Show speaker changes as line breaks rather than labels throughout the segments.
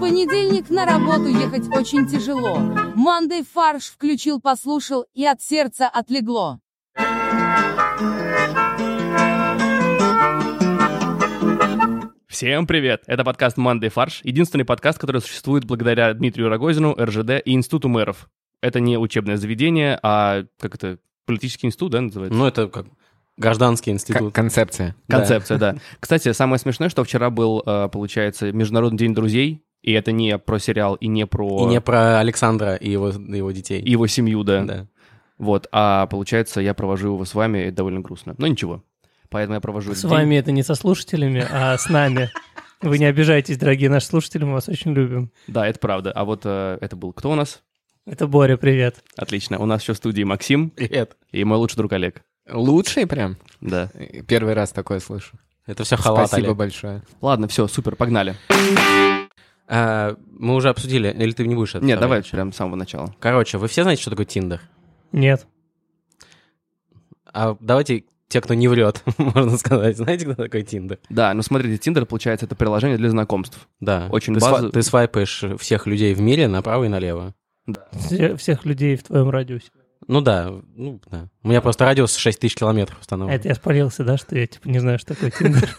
понедельник на работу ехать очень тяжело. Мандей фарш включил, послушал, и от сердца отлегло.
Всем привет! Это подкаст «Мандай фарш», единственный подкаст, который существует благодаря Дмитрию Рогозину, РЖД и Институту мэров. Это не учебное заведение, а, как это, политический институт, да, называется?
Ну, это как гражданский
Кон-
институт.
Концепция.
да.
Концепция, да. Кстати, самое смешное, что вчера был, э, получается, Международный день друзей, и это не про сериал и не про
И не про Александра и его, и его детей.
и его семью, да.
Да.
Вот, а получается, я провожу его с вами, и это довольно грустно. Но ничего. Поэтому я провожу
С
этот
вами это не со слушателями, а с нами. Вы не обижайтесь, дорогие наши слушатели, мы вас очень любим.
день. Да, это правда. А вот э, это был кто у нас?
Это Боря, привет.
Отлично. У нас еще в студии Максим
Привет.
и мой лучший друг Олег.
Лучший прям.
Да.
Первый раз такое слышу.
Это все халат,
Спасибо
Олег.
большое.
Ладно, все, супер, погнали.
А, мы уже обсудили, или ты не будешь это
Нет, давай
вставлять?
прям с самого начала.
Короче, вы все знаете, что такое Тиндер?
Нет.
А давайте те, кто не врет, можно сказать. Знаете, кто такой Тиндер?
Да, ну смотрите, Тиндер, получается, это приложение для знакомств.
Да.
Очень
ты,
базу-
сва- ты свайпаешь всех людей в мире направо и налево.
Все- всех людей в твоем радиусе.
Ну да, ну да. У меня просто радиус 6000 километров
А
установлен.
Это я спалился, да, что я типа не знаю, что такое Тиндер.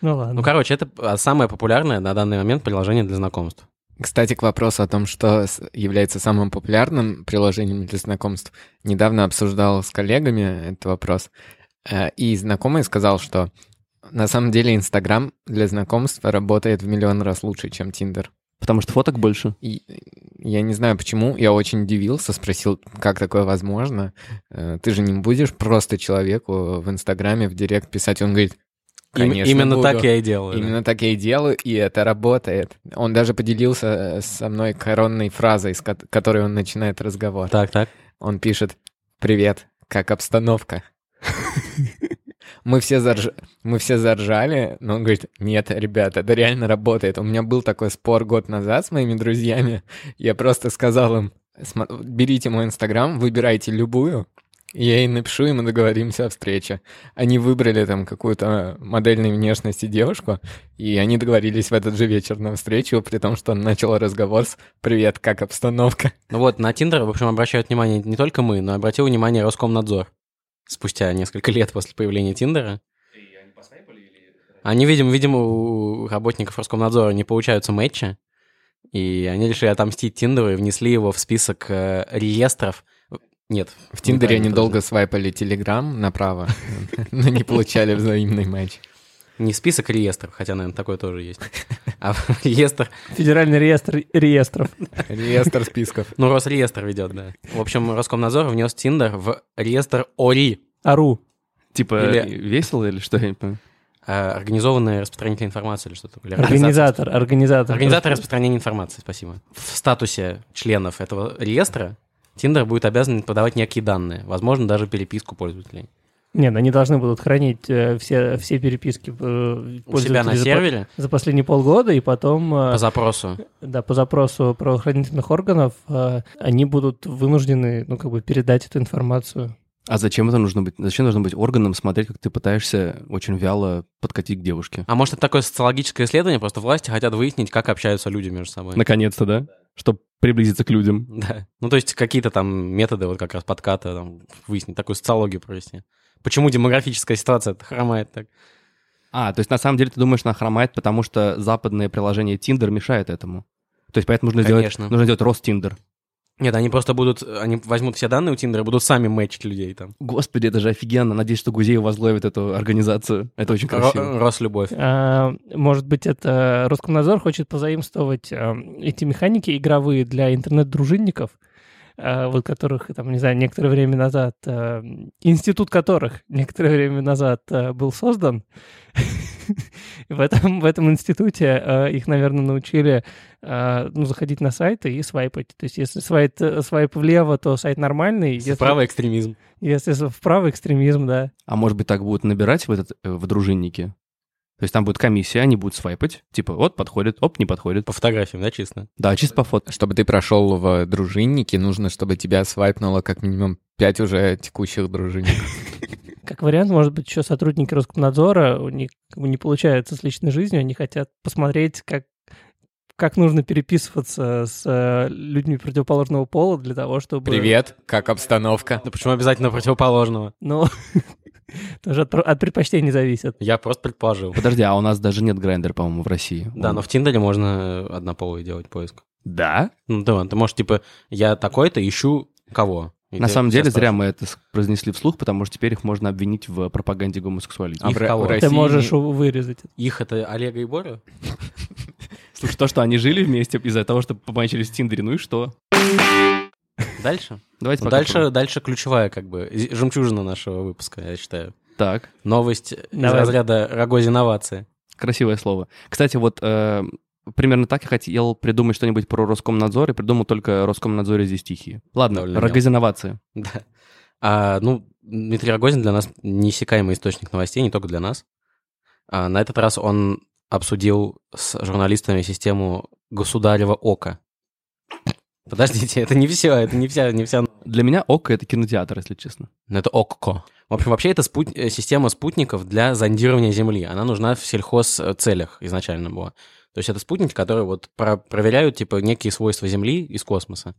Ну
Ну,
ладно.
короче, это а, самое популярное на данный момент приложение для знакомств.
Кстати, к вопросу о том, что с- является самым популярным приложением для знакомств, недавно обсуждал с коллегами этот вопрос, Э, и знакомый сказал, что на самом деле Инстаграм для знакомства работает в миллион раз лучше, чем Тиндер.
Потому что фоток больше.
И я не знаю почему, я очень удивился, спросил, как такое возможно. Э, Ты же не будешь просто человеку в Инстаграме в директ писать. Он говорит,
Им-
«Конечно
именно
буду».
так я и делаю. да.
Именно так я и делаю, и это работает. Он даже поделился э, со мной коронной фразой, с кот- которой он начинает разговор.
Так, так.
Он пишет «Привет, как обстановка?» Мы все, зарж... Мы все заржали, но он говорит, нет, ребята, это реально работает. У меня был такой спор год назад с моими друзьями. Я просто сказал им, «Смо- берите мой инстаграм, выбирайте любую, и я ей напишу, и мы договоримся о встрече. Они выбрали там какую-то модельной внешности девушку, и они договорились в этот же вечер на встречу, при том, что он начал разговор с «Привет, как обстановка?»
Ну вот, на Тиндер, в общем, обращают внимание не только мы, но обратил внимание Роскомнадзор спустя несколько лет после появления Тиндера. Они, видимо, видимо, у работников Роскомнадзора не получаются матчи, и они решили отомстить Тиндеру и внесли его в список э, реестров. Нет.
В Тиндере
неправильно
они долго
тоже.
свайпали Телеграм направо, но не получали взаимный матч.
Не список реестров, хотя, наверное, такое тоже есть. А реестр...
Федеральный реестр реестров.
Реестр списков.
Ну, Росреестр ведет, да. В общем, Роскомнадзор внес Тиндер в реестр ОРИ.
Ару.
Типа
Или-
весело или что? я не понимаю.
А, Организованная распространитель информации или что-то. Или организация
Организатор. Организатор.
Организатор распространения информации, спасибо. В статусе членов этого реестра Тиндер будет обязан подавать некие данные, возможно, даже переписку пользователей.
Нет, ну они должны будут хранить э, все, все переписки э,
У себя на
пользователей за по-
сервере
за последние полгода, и потом э,
по запросу.
Да, по запросу правоохранительных органов э, они будут вынуждены, ну, как бы передать эту информацию.
А зачем это нужно быть? Зачем нужно быть органом смотреть, как ты пытаешься очень вяло подкатить к девушке?
А может, это такое социологическое исследование, просто власти хотят выяснить, как общаются люди между собой.
Наконец-то, да? Чтобы приблизиться к людям.
Да. Ну, то есть какие-то там методы вот как раз подката, там, выяснить, такую социологию провести. Почему демографическая ситуация хромает так?
А, то есть на самом деле ты думаешь, она хромает, потому что западное приложение Tinder мешает этому. То есть поэтому нужно сделать,
Конечно.
нужно сделать рост Тиндер.
Нет, они просто будут, они возьмут все данные у Тиндера и будут сами мэчить людей там.
Господи, это же офигенно. Надеюсь, что Гузеев возглавит эту организацию. Это очень красиво.
Ро- Рослюбовь.
А, может быть, это Роскомнадзор хочет позаимствовать э, эти механики игровые для интернет-дружинников, э, вот которых, там, не знаю, некоторое время назад, э, институт которых некоторое время назад э, был создан. И В этом, в этом институте э, их, наверное, научили э, ну, заходить на сайты и свайпать. То есть, если свайт, свайп влево, то сайт нормальный. Если,
Правый экстремизм.
если вправо экстремизм, да.
А может быть, так будут набирать в, этот, э, в дружиннике? То есть там будет комиссия, они будут свайпать. Типа, вот, подходит, оп, не подходит.
По фотографиям, да, чисто?
Да, чисто по фото.
Чтобы ты прошел в дружинники, нужно, чтобы тебя свайпнуло как минимум пять уже текущих дружинников.
Как вариант, может быть, еще сотрудники Роскомнадзора, у них как бы не получается с личной жизнью, они хотят посмотреть, как, как нужно переписываться с э, людьми противоположного пола для того, чтобы...
Привет, как обстановка?
Ну почему обязательно противоположного?
Ну, тоже от, про- от предпочтений зависит.
Я просто предположил.
Подожди, а у нас даже нет грайндера, по-моему, в России.
Да,
Он-
но в Тиндере можно э, однополый делать поиск.
Да?
Ну да, ты можешь, типа, я такой-то ищу кого. И
На
ты
самом
тебя
деле, зря
спрашивают.
мы это с- произнесли вслух, потому что теперь их можно обвинить в пропаганде гомосексуализма.
А,
А
Их
в Ро-
кого? Ты
в
Ты
России
можешь у- вырезать. это.
Их это Олега и Боря?
Слушай, то, что они жили вместе из-за того, что поманчились в Тиндере, ну и что?
Дальше?
Давайте
Ну,
пока
дальше, дальше ключевая, как бы, з- жемчужина нашего выпуска, я считаю.
про- Так,
Новость из
Давай.
разряда Рогозин инновации.
красивое слово. Кстати, вот э, примерно так я хотел придумать что-нибудь про Роскомнадзор, и придумал только Роскомнадзоре здесь стихи. Ладно,
Довольно
рогозиновации.
Да. А, ну, Дмитрий Рогозин для нас неиссякаемый источник новостей, не только для нас. А, на этот раз он обсудил с журналистами систему государева ока. Подождите, это не все, это не вся, не вся
Для меня ОК — это кинотеатр, если честно.
Но Ну, это ОККО. В общем, вообще это спут- э, система спутников для зондирования Земли. Она нужна в сельхозцелях изначально была. То есть это спутники, которые вот про- проверяют, типа, некие свойства Земли из космоса.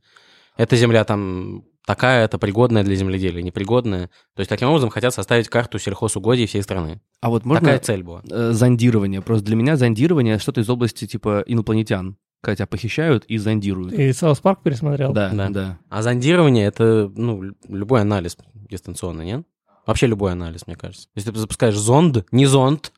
Эта Земля там такая, это пригодная для земледелия, непригодная. То есть таким образом хотят составить карту сельхозугодий всей страны.
А вот можно...
Такая цель была.
э, зондирование. Просто для меня зондирование что-то из области типа инопланетян, когда тебя похищают и зондируют.
И Саус Парк пересмотрел.
Да,
Да.
да,
А зондирование это ну, лю- любой анализ дистанционный, нет? Вообще любой анализ, мне кажется. Если ты запускаешь зонд, не зонд,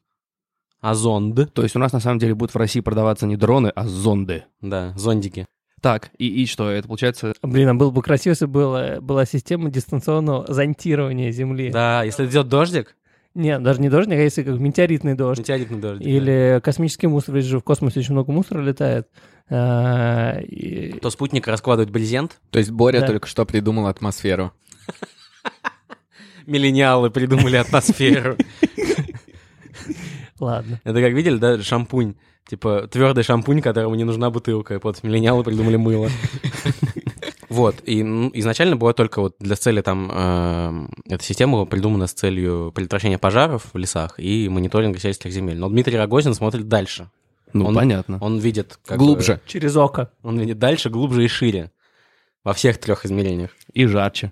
а зонд,
То есть у нас на самом деле будут в России продаваться не дроны, а зонды.
да, зондики.
Так, и, и что? Это получается...
Блин, а было бы красиво, если бы было, была система дистанционного зонтирования Земли.
Да, если идет дождик,
Нет, даже не дождик, а если как метеоритный дождь.
метеоритный дождик. да,
Или космический мусор, ведь же в космосе очень много мусора летает. А, и-
То спутник раскладывает брезент.
То есть Боря
Да.
только что придумал атмосферу.
Миллениалы придумали атмосферу.
Ладно.
Это как видели, да, шампунь. Типа твердый шампунь, которому не нужна бутылка. Вот миллениалы придумали мыло. Вот, и ну, изначально была только вот для цели там, эм, эта система была придумана с целью предотвращения пожаров в лесах и мониторинга сельских земель. Но Дмитрий Рогозин смотрит дальше.
Ну,
Он-
понятно.
Он видит... как бы-
Глубже.
Через око.
он видит дальше, глубже и шире. Во всех трех измерениях.
И жарче.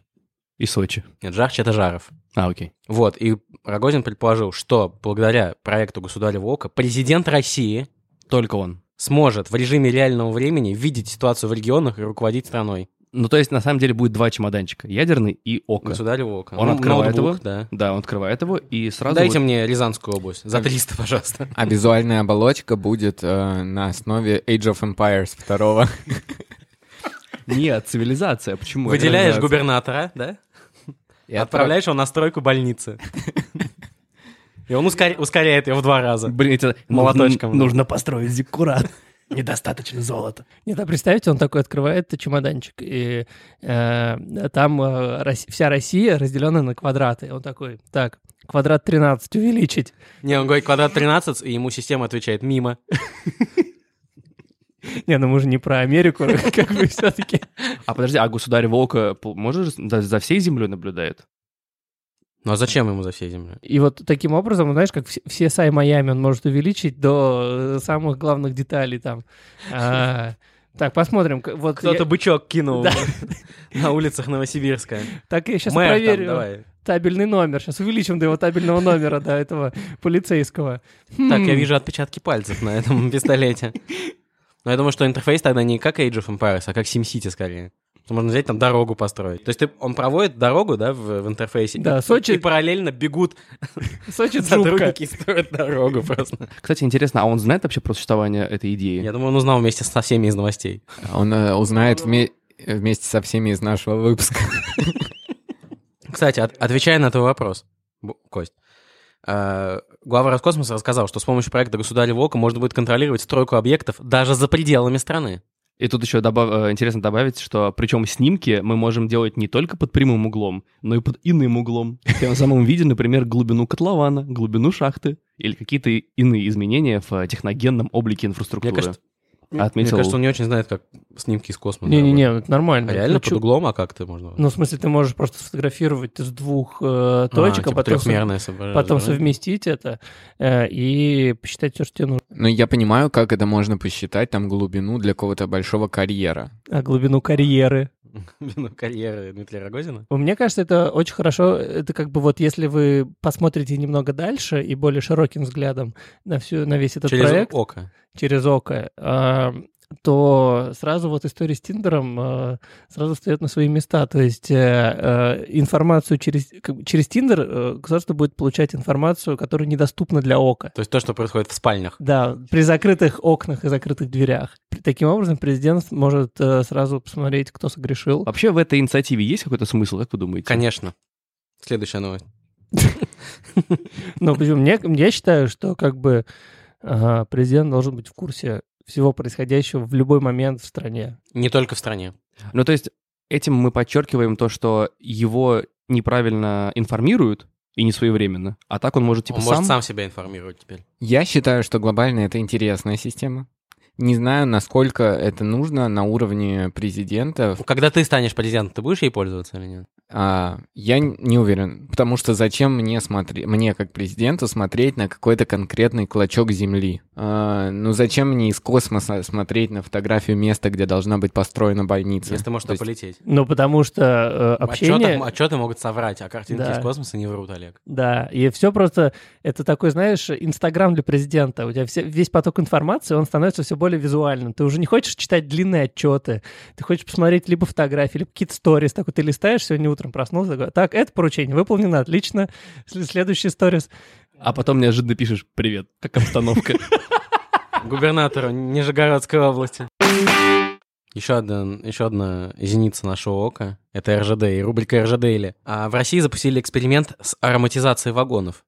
И Сочи.
Нет, жарче — это Жаров.
А, окей.
Вот, и Рогозин предположил, что благодаря проекту «Государево око» президент России
Только он.
сможет в режиме реального времени видеть ситуацию в регионах и руководить страной.
Ну, то есть на самом деле будет два чемоданчика. Ядерный и ОКО.
Государево око.
Он открывает
ноутбук,
его?
Ну, Да.
Да, он открывает его и сразу...
Дайте
вот-
мне Рязанскую область. За 300, пожалуйста.
А визуальная оболочка будет э, на основе Age of Empires 2.
Нет, цивилизация. а Почему?
Выделяешь
нравится.
губернатора, да?
И
Отправляешь его на стройку больницы. И он ускор- ускоряет его в два раза.
Блин, это...
Молоточком, да.
Нужно, нужно построить зиккурат. Недостаточно золота.
Нет, а представьте, он такой открывает чемоданчик, и э, там э, Рос- вся Россия разделена на квадраты. И Он такой, так, квадрат 13 увеличить.
Не, он говорит квадрат 13, и ему система отвечает мимо.
Не, ну мы же не про Америку, как бы все-таки.
А подожди, а государь Волка можешь за, за всей землей наблюдает?
Ну а зачем ему за всей землей?
И вот таким образом, ну, знаешь, как все- все сай Майами он может увеличить до э, самых главных деталей там. А, Так, посмотрим. к- Вот
Кто-то
я-
бычок кинул
Да.
на улицах Новосибирска.
Так я сейчас
Мэр там,
проверю.
давай.
табельный номер. Сейчас увеличим до его табельного номера, до этого полицейского.
Так, я
Хм.
вижу отпечатки пальцев на этом пистолете. Но я думаю, что интерфейс тогда не как Age of Empires, а как SimCity скорее. Что можно взять там дорогу построить. То есть ты- он проводит дорогу, да, в, в интерфейсе.
Да,
и,
Сочи-
И параллельно бегут
Сочи Джубка.
сотрудники и строят дорогу просто.
Кстати, интересно, а он знает вообще про существование этой идеи?
Я думаю, он узнал вместе со всеми из новостей.
Он э, узнает вме- вместе со всеми из нашего выпуска.
Кстати, от- отвечая на твой вопрос, Б- Кость, э, глава Роскосмоса рассказал, что с помощью проекта «Государево око» можно будет контролировать стройку объектов даже за пределами страны.
И тут еще добав- э, интересно добавить, что причем снимки мы можем делать не только под прямым углом, но и под иным углом. Тем самым видя, например, глубину котлована, глубину шахты или какие-то иные изменения в э, техногенном облике инфраструктуры.
Мне кажется,
Отметил.
Мне кажется, он не очень знает, как снимки из космоса.
Не-не-не,
работают.
это нормально.
Ну А реально под
Ключу-
углом, а как ты можно?
Ну, в смысле, ты можешь просто сфотографировать с двух э,
А,
точек, а,
типа
потом, сов-
трехмерное соображение.
потом совместить это э, и посчитать все, что тебе нужно.
Ну, я понимаю, как это можно посчитать, там, глубину для какого-то большого карьера.
А глубину карьеры.
Глубину карьеры Дмитрия Рогозина.
Мне кажется, это очень хорошо. Это как бы вот если вы посмотрите немного дальше и более широким взглядом на всю на весь этот
Через
проект
око.
через око, а, то сразу вот история с Тиндером а, сразу встает на свои места. То есть э, э, информацию через как бы через Тиндер э, государство будет получать информацию, которая недоступна для ока.
То есть то, что происходит в спальнях.
Да, при закрытых окнах и закрытых дверях. При- Таким образом, президент может э, сразу посмотреть, кто согрешил.
Вообще в этой инициативе есть какой-то смысл, как вы думаете?
Конечно. Следующая новость.
Ну, почему? Мне, я считаю, что как бы а, президент должен быть в курсе всего происходящего в любой момент в стране.
Не только в стране.
Ну, то есть этим мы подчеркиваем то, что его неправильно информируют и не своевременно, а так он может типа
Он
сам...
может сам себя информировать теперь.
Я считаю, что глобально это интересная система. Не знаю, насколько это нужно на уровне президентов.
Когда ты станешь президентом, ты будешь ей пользоваться или нет?
А, я н- не уверен, потому что зачем мне смотреть, мне как президенту смотреть на какой-то конкретный клочок земли? А, ну зачем мне из космоса смотреть на фотографию места, где должна быть построена больница?
Если ты можешь
То
туда
есть
полететь.
Ну, потому что э, общение...
Отчеты, отчеты могут соврать, а картинки
Да.
из космоса не врут, Олег.
Да, и все просто... Это такой, знаешь, Инстаграм для президента. У тебя все- весь поток информации, он становится все более визуальным. Ты уже не хочешь читать длинные отчеты. Ты хочешь посмотреть либо фотографии, либо какие-то сторис. Так вот ты листаешь, сегодня утром проснулся, такой, так, это поручение выполнено, отлично. Сл- Следующий сторис.
А потом неожиданно пишешь «Привет, как обстановка?»
Губернатору Нижегородской области. Еще одна, еще одна зеница нашего ока — это РЖД и рубрика РЖД или. А в России запустили эксперимент с ароматизацией вагонов.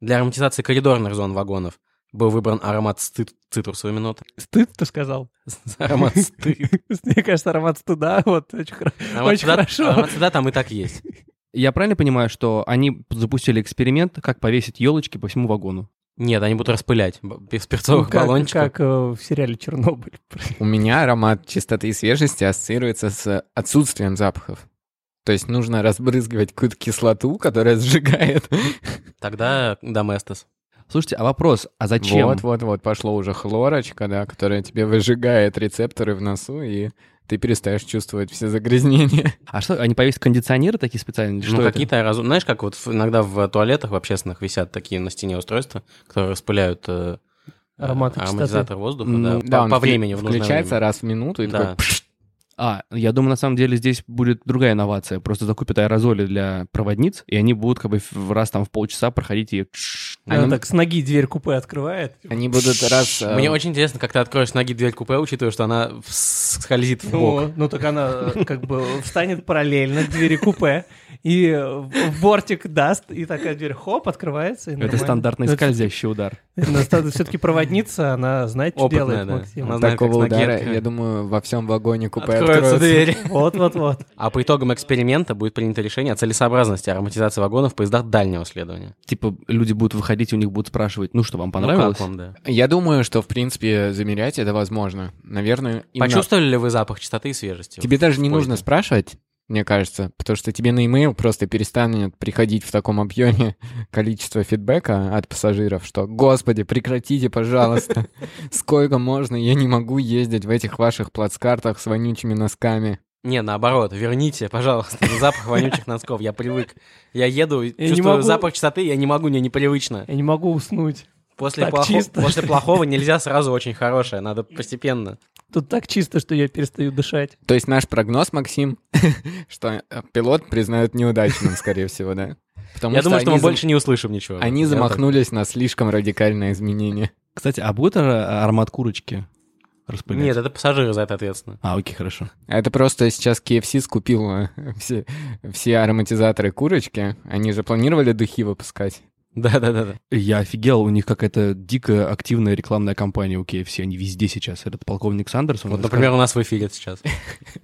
Для ароматизации коридорных зон вагонов был выбран аромат с цит- цитрусовыми нотами.
Стыд, ты сказал?
Аромат стыд.
Мне кажется, аромат стыда, вот, очень хоро-
Аромат
Очень
стыда-
хорошо.
Аромат стыда там и так есть.
Я правильно понимаю, что они запустили эксперимент, как повесить елочки по всему вагону?
Нет, они будут распылять б- без
Ну,
перцовых
как,
баллончиков.
как э, в сериале «Чернобыль».
У меня аромат чистоты и свежести ассоциируется с отсутствием запахов. То есть нужно разбрызгивать какую-то кислоту, которая сжигает.
Тогда доместос.
Слушайте, а вопрос, а зачем?
Вот-вот-вот, пошло уже хлорочка, да, которая тебе выжигает рецепторы в носу, и ты перестаешь чувствовать все загрязнения.
А что, они повесят кондиционеры такие специальные? или
ну,
что это?
какие-то аэрозоли. Знаешь, как вот в- иногда в туалетах в общественных висят такие на стене устройства, которые распыляют э,
Ароматы
ароматизатор воздуха,
Ну,
да,
Да,
по,
он
по
вкле-
времени в нужное
Включается
время.
раз в минуту и
Да.
такой пш,
А, я думаю, на самом деле здесь будет другая инновация. Просто закупят аэрозоли для проводниц, и они будут как бы в раз там в полчаса проходить и... тш-
Она
Они-
так с ноги дверь купе открывает.
они будут раз... э,
Мне очень интересно, как ты откроешь ноги дверь купе, учитывая, что она в- скользит в бок.
Ну, ну, так она э, как бы встанет параллельно к двери купе и э, в в бортик даст, и такая дверь хоп, открывается. и
Это
нормально.
стандартный
Ну, это
скользящий удар.
Но все-таки проводница, она знает, что
Опытная,
делает,
да.
Максим.
Она знает, как
Такого
с ноги
удара,
открыть.
я думаю, во всем вагоне купе
Откроются
откроется.
двери.
Вот-вот-вот.
А по итогам эксперимента будет принято решение о целесообразности ароматизации вагонов в поездах дальнего следования.
Типа люди будут выходить, у них будут спрашивать, ну что, вам
Ну,
понравилось?
как вам, да.
Я думаю, что, в принципе, замерять это возможно. Наверное, именно-
Почувствовали ли вы запах чистоты и свежести?
Тебе даже не нужно
поезде.
спрашивать, мне кажется, потому что тебе на e просто перестанет приходить в таком объеме количество фидбэка от пассажиров, что «Господи, прекратите, пожалуйста, сколько можно, я не могу ездить в этих ваших плацкартах с вонючими носками».
Не, наоборот, верните, пожалуйста, запах вонючих носков. Я привык. Я еду, и
не
чувствую
могу.
запах чистоты, я не могу, мне непривычно.
Я не могу уснуть.
После,
Так
плохо-
чисто.
после плохого нельзя сразу очень хорошее, надо постепенно.
Тут так чисто, что я перестаю дышать.
То есть наш прогноз, Максим, что э, пилот признают неудачным, скорее всего, да? Потому
я думаю, что
они
мы
зам-
больше не услышим ничего.
Они
Я так-
замахнулись на слишком радикальное изменение.
Кстати, а будет а- аромат курочки распылять?
Нет, это пассажиры за это ответственны.
А, окей, хорошо.
Это просто сейчас KFC скупил э, все, все ароматизаторы курочки. Они же планировали духи выпускать.
Да-да-да.
Я офигел, у них какая-то дикая активная рекламная кампания у KFC, они везде сейчас. Этот полковник Сандерс, он,
Вот,
из
например, у нас в эфире сейчас.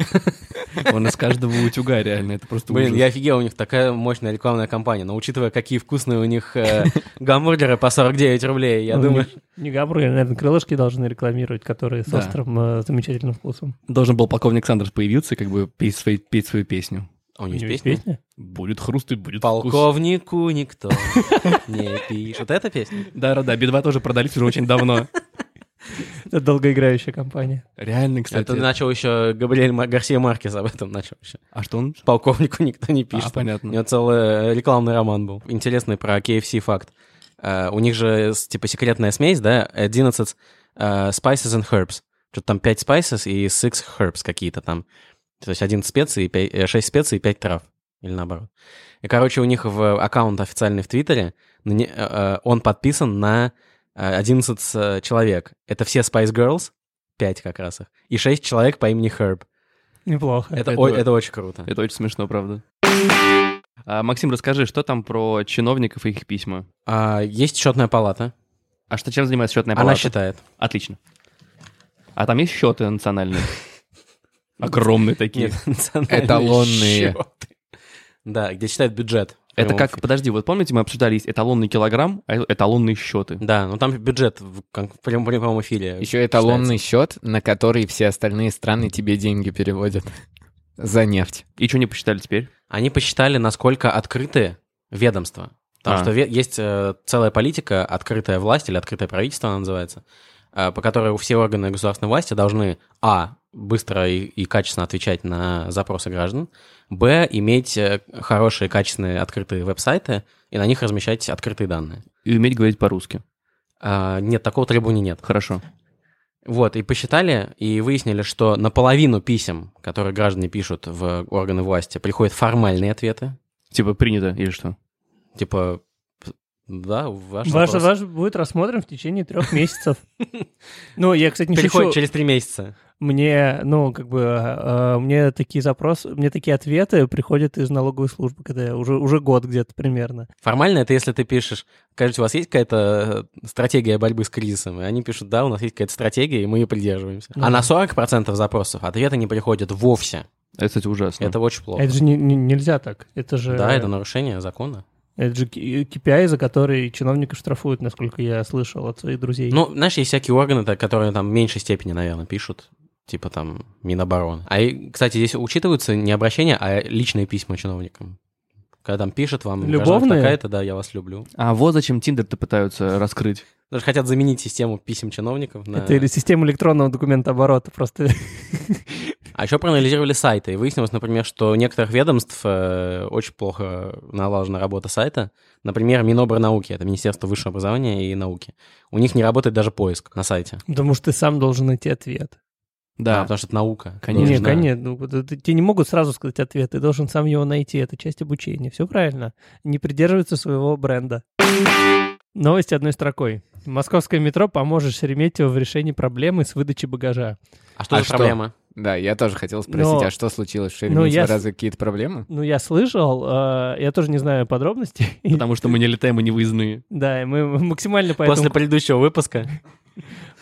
кажд- он из каждого утюга реально, это просто
Блин,
ужас.
я офигел, у них такая мощная рекламная кампания. Но учитывая, какие вкусные у них э, гамбургеры по 49 рублей, я
Ну,
думаю...
Не гамбургеры, наверное, крылышки должны рекламировать, которые с
Да.
острым э, замечательным вкусом.
Должен был полковник Сандерс появиться и как бы петь, свои- петь свою песню.
А у
У
них
него
есть
есть
песня?
песня?
Будет хруст и будет вкус.
Полковнику никто не пишет. Это песня?
Да-да-да, Би-2 тоже продались уже очень давно.
Это долгоиграющая компания.
Реально, кстати.
Это начал еще Габриэль Мар- Гарсия Маркес об этом начал еще.
А что он?
Полковнику никто не
А,
пишет. У
понятно.
него целый э, рекламный роман был. Интересный про KFC факт. Э, У них же, с- типа, секретная смесь, да, 11 э, spices and herbs. Что-то там 5 spices и 6 herbs какие-то там. То есть 11 специй, 6 специй и 5 трав. Или наоборот. И, короче, у них в э, аккаунт официальный в Твиттере, на не- э, э, он подписан на э, 11 э, человек. Это все Spice Girls, 5 как раз их, и 6 человек по имени Herb.
Неплохо.
Это,
Это-
о- это очень круто.
Это очень смешно, правда. А, Максим, расскажи, что там про чиновников и их письма?
А, есть счетная палата.
А что чем занимается счетная
Она
палата?
считает.
Отлично. А там есть счеты национальные? Огромные такие.
Нет, национальные
Эталонные.
счеты. Да, где считают бюджет. в
Это
прямом
как,
эфире.
подожди, вот помните, мы обсуждали, есть эталонный килограмм, а эталонные счеты.
Да, ну там бюджет в кон- в прям- прямом эфире.
Еще эталонный счет, на который все остальные страны тебе деньги переводят за нефть.
И что не посчитали теперь?
Они посчитали, насколько открыты ведомства. Потому
А.
что ве- есть э, целая политика, открытая власть или открытое правительство она называется, э, по которой все органы государственной власти должны, а, быстро и, и качественно отвечать на запросы граждан, б, иметь э, хорошие, качественные, открытые веб-сайты и на них размещать открытые данные.
И уметь говорить по-русски.
А, нет, такого требования нет.
Хорошо.
Вот, и посчитали, и выяснили, что наполовину писем, которые граждане пишут в органы власти, приходят формальные ответы.
Типа принято или что?
Типа, п- да, ваш
Ваш,
запрос
ваш будет рассмотрен в течение трех месяцев. Ну, я, кстати, не
переходит
шучу.
через три месяца.
Мне, ну, как бы, э, мне такие запросы, мне такие ответы приходят из налоговой службы, когда я уже, уже год где-то примерно.
Формально это если ты пишешь, скажите, у вас есть какая-то э, стратегия борьбы с кризисом? И они пишут, да, у нас есть какая-то стратегия, и мы ее придерживаемся.
Ну
А на
да.
40% запросов ответы не приходят вовсе.
Это, кстати, ужасно.
Это очень плохо.
Это же не- не- нельзя так. Это же,
Да, это нарушение закона.
это же K- KPI, за который чиновников штрафуют, насколько я слышал от своих друзей.
Ну, знаешь, есть всякие органы, так, которые там в меньшей степени, наверное, пишут, типа там Минобороны. А, и, кстати, здесь учитываются не обращения, а личные письма чиновникам. Когда там пишет вам гражданка
Любовные?
такая-то, да, я вас люблю.
А вот зачем Тиндер-то пытаются раскрыть.
Даже хотят заменить систему писем чиновников на...
Это или система электронного документа оборота просто.
А еще проанализировали сайты, и выяснилось, например, что у некоторых ведомств э, очень плохо налажена работа сайта. Например, Миноборнауки, это Министерство высшего образования и науки. У них не работает даже поиск на сайте.
Потому что ты сам должен найти ответ.
Да.
потому что это наука.
Конечно.
Не,
Нужна.
конечно. ну, вот это- тебе не могут сразу сказать ответ, ты должен сам его найти. Это часть обучения. Все правильно. Не придерживаться своего бренда. Новости одной строкой. Московское метро поможет Шереметьево в решении проблемы с выдачей багажа.
А что
А
за
что?
проблема?
Да, я тоже хотел спросить,
Но-
а что случилось в
Ну, я
Шереметьево?
с-
Разве какие-то проблемы?
Ну, я слышал, э, я тоже не знаю подробностей.
Потому что мы не летаем и не выездные.
Да, и мы максимально поэтому,
После предыдущего выпуска.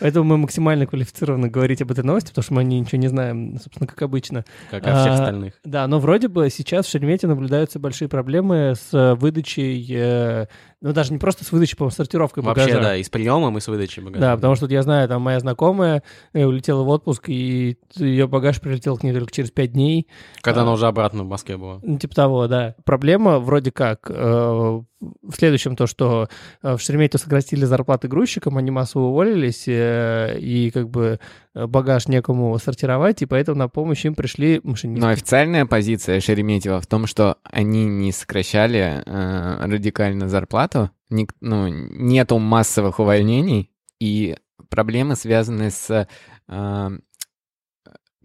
поэтому мы максимально квалифицированно говорить об этой новости, потому что мы о ней ничего не знаем, собственно, как обычно.
Как о всех
А,
остальных.
Да, но вроде бы сейчас в Шереметьево наблюдаются большие проблемы с э, выдачей, э, ну даже не просто с выдачей, по-моему, сортировкой
Вообще,
багажа.
да, и с приемом, и с выдачей
Да,
багажа.
потому что вот я знаю, там моя знакомая э, улетела в отпуск, и ее багаж прилетел к ней только через пять дней.
Когда
а-
она уже обратно в Москве была.
Ну, типа того, да. Проблема вроде как э, в следующем то, что э, в Шереметьево сократили зарплаты грузчикам, они массово уволились, э, и как бы э, багаж некому сортировать, и поэтому на помощь им пришли машинисты.
Но официальная позиция Шереметьева в том, что они не сокращали э, радикально зарплату, ник- ну, нету массовых увольнений, и проблемы связаны с э,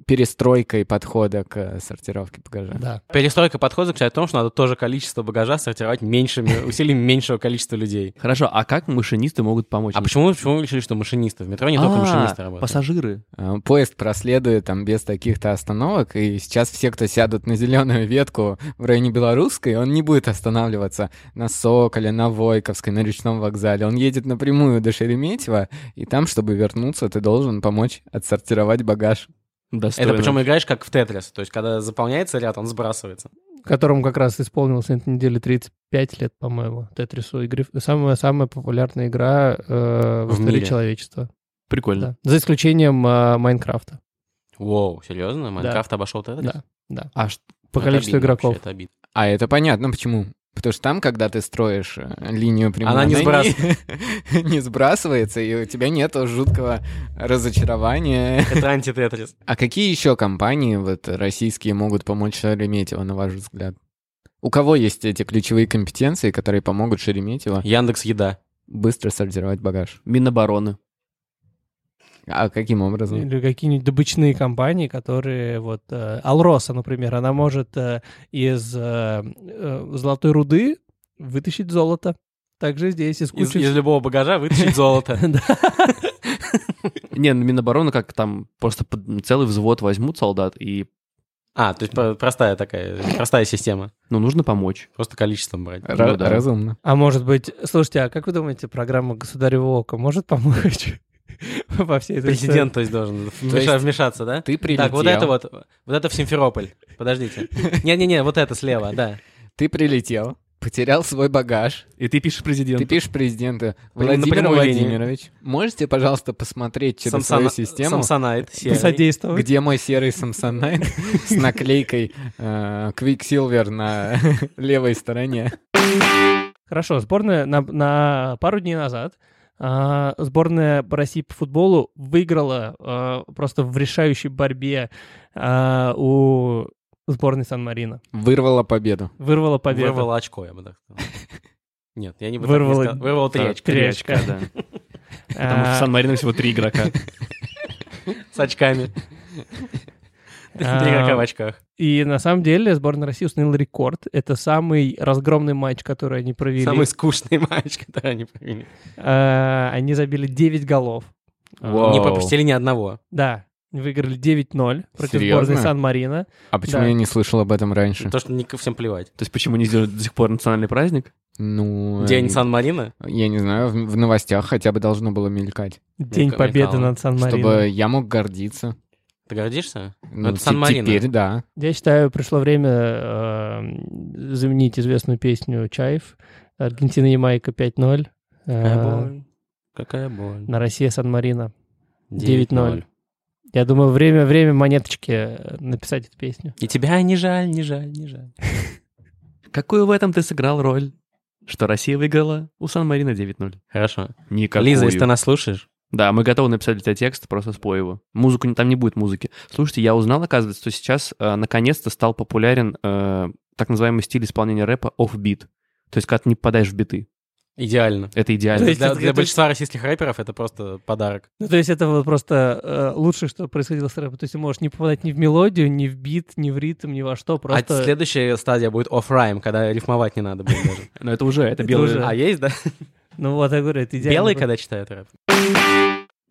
перестройкой подхода к э, сортировке багажа.
Да.
Перестройка подхода заключается в том, что надо тоже количество багажа сортировать меньшими, усилием меньшего количества людей.
Хорошо, а как машинисты могут помочь?
А почему, почему вы решили, что машинисты? В метро не только
А,
машинисты работают.
Пассажиры.
Э, Поезд проследует там без таких-то остановок, и сейчас все, кто сядут на зеленую ветку в районе Белорусской, он не будет останавливаться на Соколе, на Войковской, на Речном вокзале. Он едет напрямую до Шереметьево, и там, чтобы вернуться, ты должен помочь отсортировать багаж.
Достойно.
Это причем играешь как в Тетрис. То есть, когда заполняется ряд, он сбрасывается.
Которому как раз исполнилось на этой неделе 35 лет, по-моему, Тетрису. Игре- Самая, самая популярная игра э, в,
В
истории
мире.
человечества.
Прикольно.
Да. За исключением э, Майнкрафта.
Воу, серьезно? Майнкрафт обошел Тетрис?
Да. Да.
А ш-
По
Это
количеству
обидно
игроков.
вообще, это обидно.
А это понятно почему. Потому что там, когда ты строишь э, линию прямой,
Она не
не, не сбрасывается, и у тебя нет жуткого разочарования.
Это анти-Тетрис.
А какие еще компании вот российские могут помочь Шереметьево, на ваш взгляд? У кого есть эти ключевые компетенции, которые помогут Шереметьево
Яндекс Еда.
быстро сортировать багаж?
Минобороны.
А каким образом?
Или какие-нибудь добычные компании, которые вот... э, Алроса, например, она может э, из э, э, золотой руды вытащить золото. Также здесь из
Из,
кучи...
из любого багажа вытащить золото.
Не, ну, Минобороны как там просто под- целый взвод возьмут солдат и,
А, то есть про- простая такая, простая система.
ну, нужно помочь.
Просто количеством брать.
Ра-
Ну да.
Разумно.
А может быть... Слушайте, а как вы думаете, программа «Государевого ока» может помочь во всей этой
Президент, то есть, должен вмеша- вмешаться, да?
Ты прилетел,
Так, вот это вот, вот это в Симферополь. Подождите. Не-не-не, вот это слева, да.
ты прилетел, потерял свой багаж,
И ты пишешь президенту.
ты пишешь президенту
Вы на
Владимир
прямую линию.
Владимирович, можете, пожалуйста, посмотреть через свою
Самсона-
систему,
Самсонайт,
истории?
серый.
Посодействовать?
где мой серый Samsonite с наклейкой э, Quicksilver на левой стороне?
Хорошо, сборная на, на пару дней назад а, сборная России по футболу выиграла а, просто в решающей борьбе а, у сборной Сан-Марина.
Вырвала победу.
Вырвала победу.
Вырвало очко, я бы так сказал. Нет, я не бы так не
Вырвало-
сказал. Вырвало три
Да,
очка.
Три очка.
да. Потому что в
А,
Сан-Марино всего три игрока.
С очками. Три
А.
игрока в очках.
и на самом деле сборная России установила рекорд. Это самый разгромный матч, который они провели.
Самый скучный матч, который они провели.
А, они забили 9 голов. А,
Вау.
Не пропустили ни одного.
Да, выиграли 9-0 против
Серьезно?
сборной Сан-Марина.
А почему
Да.
я не слышал об этом раньше?
То, что не всем плевать.
То есть почему не сделали до сих пор национальный праздник?
Ну, э,
День Сан-Марина?
я не знаю, в, в новостях хотя бы должно было мелькать,
День
Мелькало.
победы над Сан-Марино.
чтобы я мог гордиться.
Ты гордишься?
Ну,
это
те-
Сан-Марино.
Теперь, да.
Я считаю, пришло время э, заменить известную песню «Чаев». Аргентина, Ямайка 5-0.
Какая
э,
боль. А. Какая боль.
на Россия, Сан-Марино. 9:0.
9-0.
Я думаю, время, время монеточки э, написать эту песню.
И тебя не жаль, не жаль, не жаль.
Какую в этом ты сыграл роль? Что Россия выиграла у Сан-Марина 9-0.
Хорошо.
Никакую.
Лиза, если ты нас слушаешь,
Да, мы готовы написать для тебя текст, просто спой его. Музыку не- там не будет музыки. Слушайте, я узнал, оказывается, что сейчас э, наконец-то стал популярен э, так называемый стиль исполнения рэпа оффбит. То есть, когда ты не попадаешь в биты.
идеально.
Это идеально.
То есть
Для,
это-
для
это-
большинства российских рэперов это просто подарок.
Ну, то есть это вот просто э, лучшее, что происходило с рэпом. То есть ты можешь не попадать ни в мелодию, ни в бит, ни в ритм, ни во что. Просто...
А следующая стадия будет офф-райм, когда рифмовать не надо будет даже.
Но это уже, это
Это
белый...
уже.
А,
А есть, да?
Ну вот, я говорю, это идеально.
Белые,
Просто-
когда читают рэп.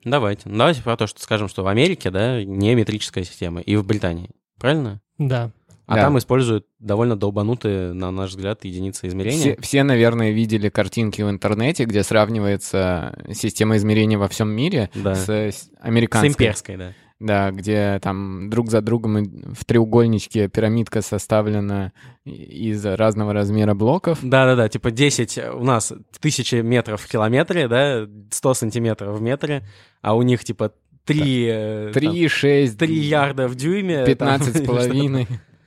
Давайте. Ну, Давайте про то, что скажем, что в Америке, да, не метрическая система, и в Британии. Правильно?
Да.
А
Да.
там используют довольно долбанутые, на наш взгляд, единицы измерения.
Все, все, наверное, видели картинки в интернете, где сравнивается система измерения во всем мире
Да.
с,
С
э, с американской.
имперской, да.
Да, где там друг за другом и- в треугольничке пирамидка составлена и- из разного размера блоков.
Да-да-да, типа 10 у нас тысячи метров в километре, да, 100 сантиметров в метре, а у них типа 3...
Три, шесть,
3 ярда в дюйме. э, там,
пятнадцать с половиной.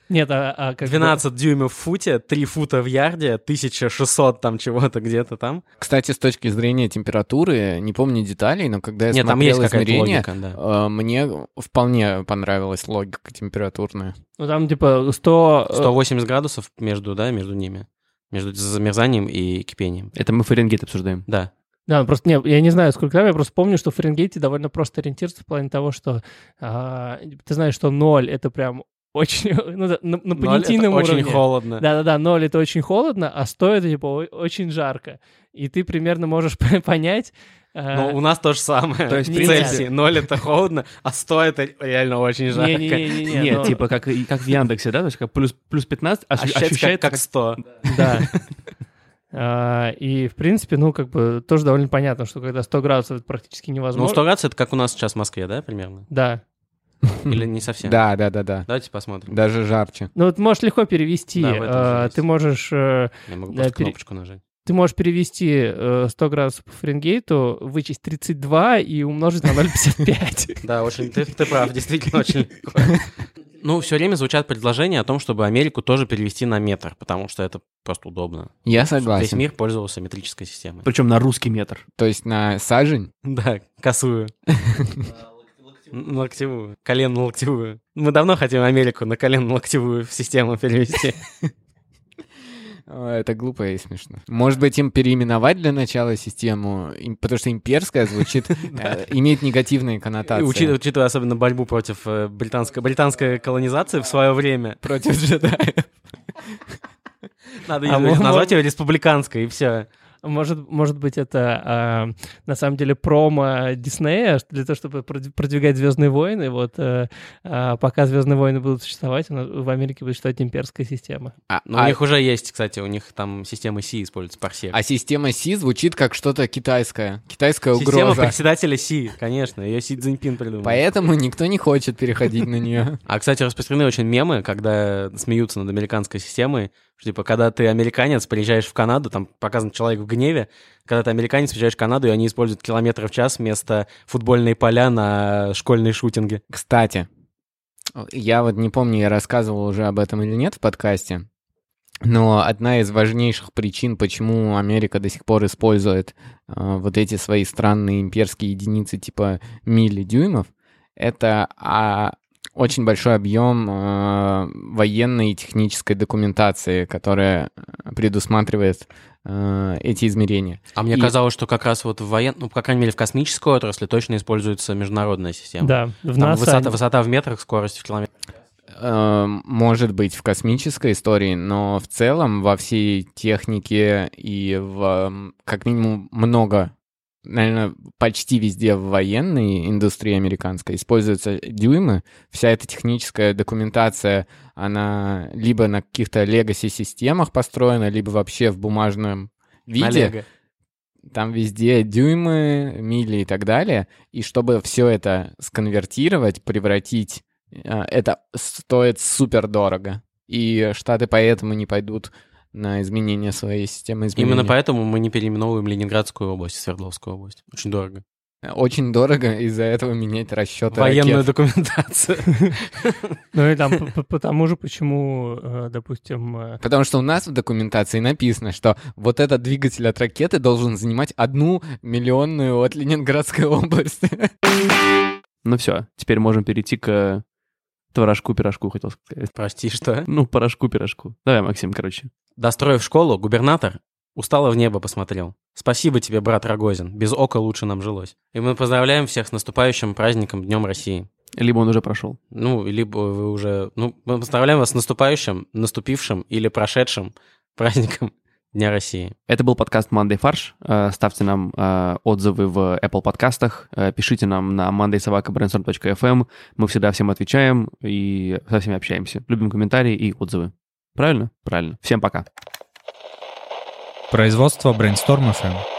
Нет, а, а как бы-
12 дюймов в футе, 3 фута в ярде, 1600 там чего-то где-то там.
Кстати, с точки зрения температуры, не помню деталей, но когда я
Нет, там есть
смотрел
какая-то
измерения,
логика, да.
э, мне вполне понравилась логика температурная.
Ну там типа 100... э,
180 градусов между, да, между ними. Между замерзанием и кипением.
Это мы Фаренгейт обсуждаем.
Да.
Да, ну, просто не, я не знаю, сколько там, я просто помню, что в Фаренгейте довольно просто ориентироваться в плане того, что а, ты знаешь, что ноль — это прям очень... Ну, да, на,
Ноль
на
— это
понятийном уровне.
Очень холодно.
Да-да-да, ноль — это очень холодно, а сто — это, типа, о- очень жарко. И ты примерно можешь понять... а,
Но Ну, у нас то же самое.
То есть,
в
в
принципе-
Цельсии 0 это холодно, а 100 это реально очень жарко.
не-не-не-не-не, ну,
Нет,
но-
типа как, и- как в Яндексе, да? То есть как плюс, плюс 15 ощу-
Ощущается, как-
ощущается
А как,
А как...
100.
Да. А, И, в принципе, ну, как бы, тоже довольно понятно, что когда 100 градусов, это практически
Ну,
невозможно.
100 градусов это как у нас сейчас в Москве, да, примерно?
Да.
Или не совсем?
Да, да, да, да.
Давайте посмотрим.
Даже жарче.
Ну, вот можешь легко перевести.
Да, в этом же
А,
есть.
Ты можешь... э,
Я могу
Да,
просто
пере-
кнопочку нажать.
Ты можешь перевести э, 100 градусов по Фаренгейту, вычесть 32 и умножить на 0,55.
Да, очень, ты, ты прав, действительно очень легко. Ну, все время звучат предложения о том, чтобы Америку тоже перевести на метр, потому что это просто удобно.
Я
Весь
согласен.
мир пользовался метрической системой.
Причем на русский метр.
То есть на сажень?
Да, косую. Н- На локтевую. Колено локтевую. Мы давно хотим Америку на колено локтевую в систему перевести.
О, э, Это глупо и смешно. Может быть, им переименовать для начала систему, им- потому что имперская звучит, э, имеет негативные
И
коннотации.
учитывая, учитывая особенно борьбу против э, британской, британской колонизации в свое время,
против джедаев.
надо её
А мы-
назвать ее республиканской, и все.
Может, может быть, это а, на самом деле промо Диснея для того, чтобы прод- продвигать Звездные войны. Вот э, а, пока Звездные войны будут существовать, у нас- в Америке будет существовать имперская система.
А,
Но Ну, у
а-
них уже есть, кстати, у них там система Си используется, парсек.
а система Си звучит как что-то китайское. Китайская
Система
угроза.
председателя Си, конечно, ее Си Цзиньпин придумал.
Поэтому никто не хочет переходить на нее.
А, кстати, распространены очень мемы, когда смеются над американской системой, что, типа, когда ты американец, приезжаешь в Канаду, там показан человек в гневе, когда ты американец, приезжаешь в Канаду, и они используют километры в час вместо футбольные поля на школьные шутинги.
Кстати, я вот не помню, я рассказывал уже об этом или нет в подкасте, но одна из важнейших причин, почему Америка до сих пор использует э, вот эти свои странные имперские единицы типа милли дюймов, это а, очень большой объем э, военной и технической документации, которая э, предусматривает э, эти измерения.
А мне
И-
казалось, что как раз вот в воен... ну, по крайней мере, в космической отрасли точно используется международная система.
Да, в
Там
НАСА
высота, высота в метрах, скорость в километрах.
Э, может быть, в космической истории, но в целом во всей технике и в, м, как минимум, много, наверное, почти везде в военной индустрии американской используются дюймы. Вся эта техническая документация, она либо на каких-то легаси-системах построена, либо вообще в бумажном виде.
На Лего.
Там везде дюймы, мили и так далее. И чтобы все это сконвертировать, превратить, э, это стоит супер дорого. И штаты поэтому не пойдут на изменение своей системы изменения.
Именно поэтому мы не переименовываем Ленинградскую область, и Свердловскую область. Очень дорого.
Очень дорого из-за этого менять расчеты
Военную
ракет.
документацию.
Ну и там п- п- потому же, почему, э, допустим, э,
Потому что у нас в документации написано, что вот этот двигатель от ракеты должен занимать одну миллионную от Ленинградской области.
Ну все, теперь можем перейти к творожку-пирожку, хотел сказать.
Прости, что?
Ну, порошку-пирожку. Давай, Максим, короче.
Достроив школу, губернатор устало в небо посмотрел. Спасибо тебе, брат Рогозин. Без ока лучше нам жилось. И мы поздравляем всех с наступающим праздником Днем России.
Либо он уже прошел.
Ну, либо вы уже... Ну, мы поздравляем вас с наступающим, наступившим или прошедшим праздником Дня России.
Это был подкаст Monday Фарш. Э, Ставьте нам э, отзывы в Apple подкастах, э, пишите нам на mondaysobakabrainstorm.fm. Мы всегда всем отвечаем и со всеми общаемся. Любим комментарии и отзывы. Правильно? Правильно. Всем пока.
Производство Brainstorm FM.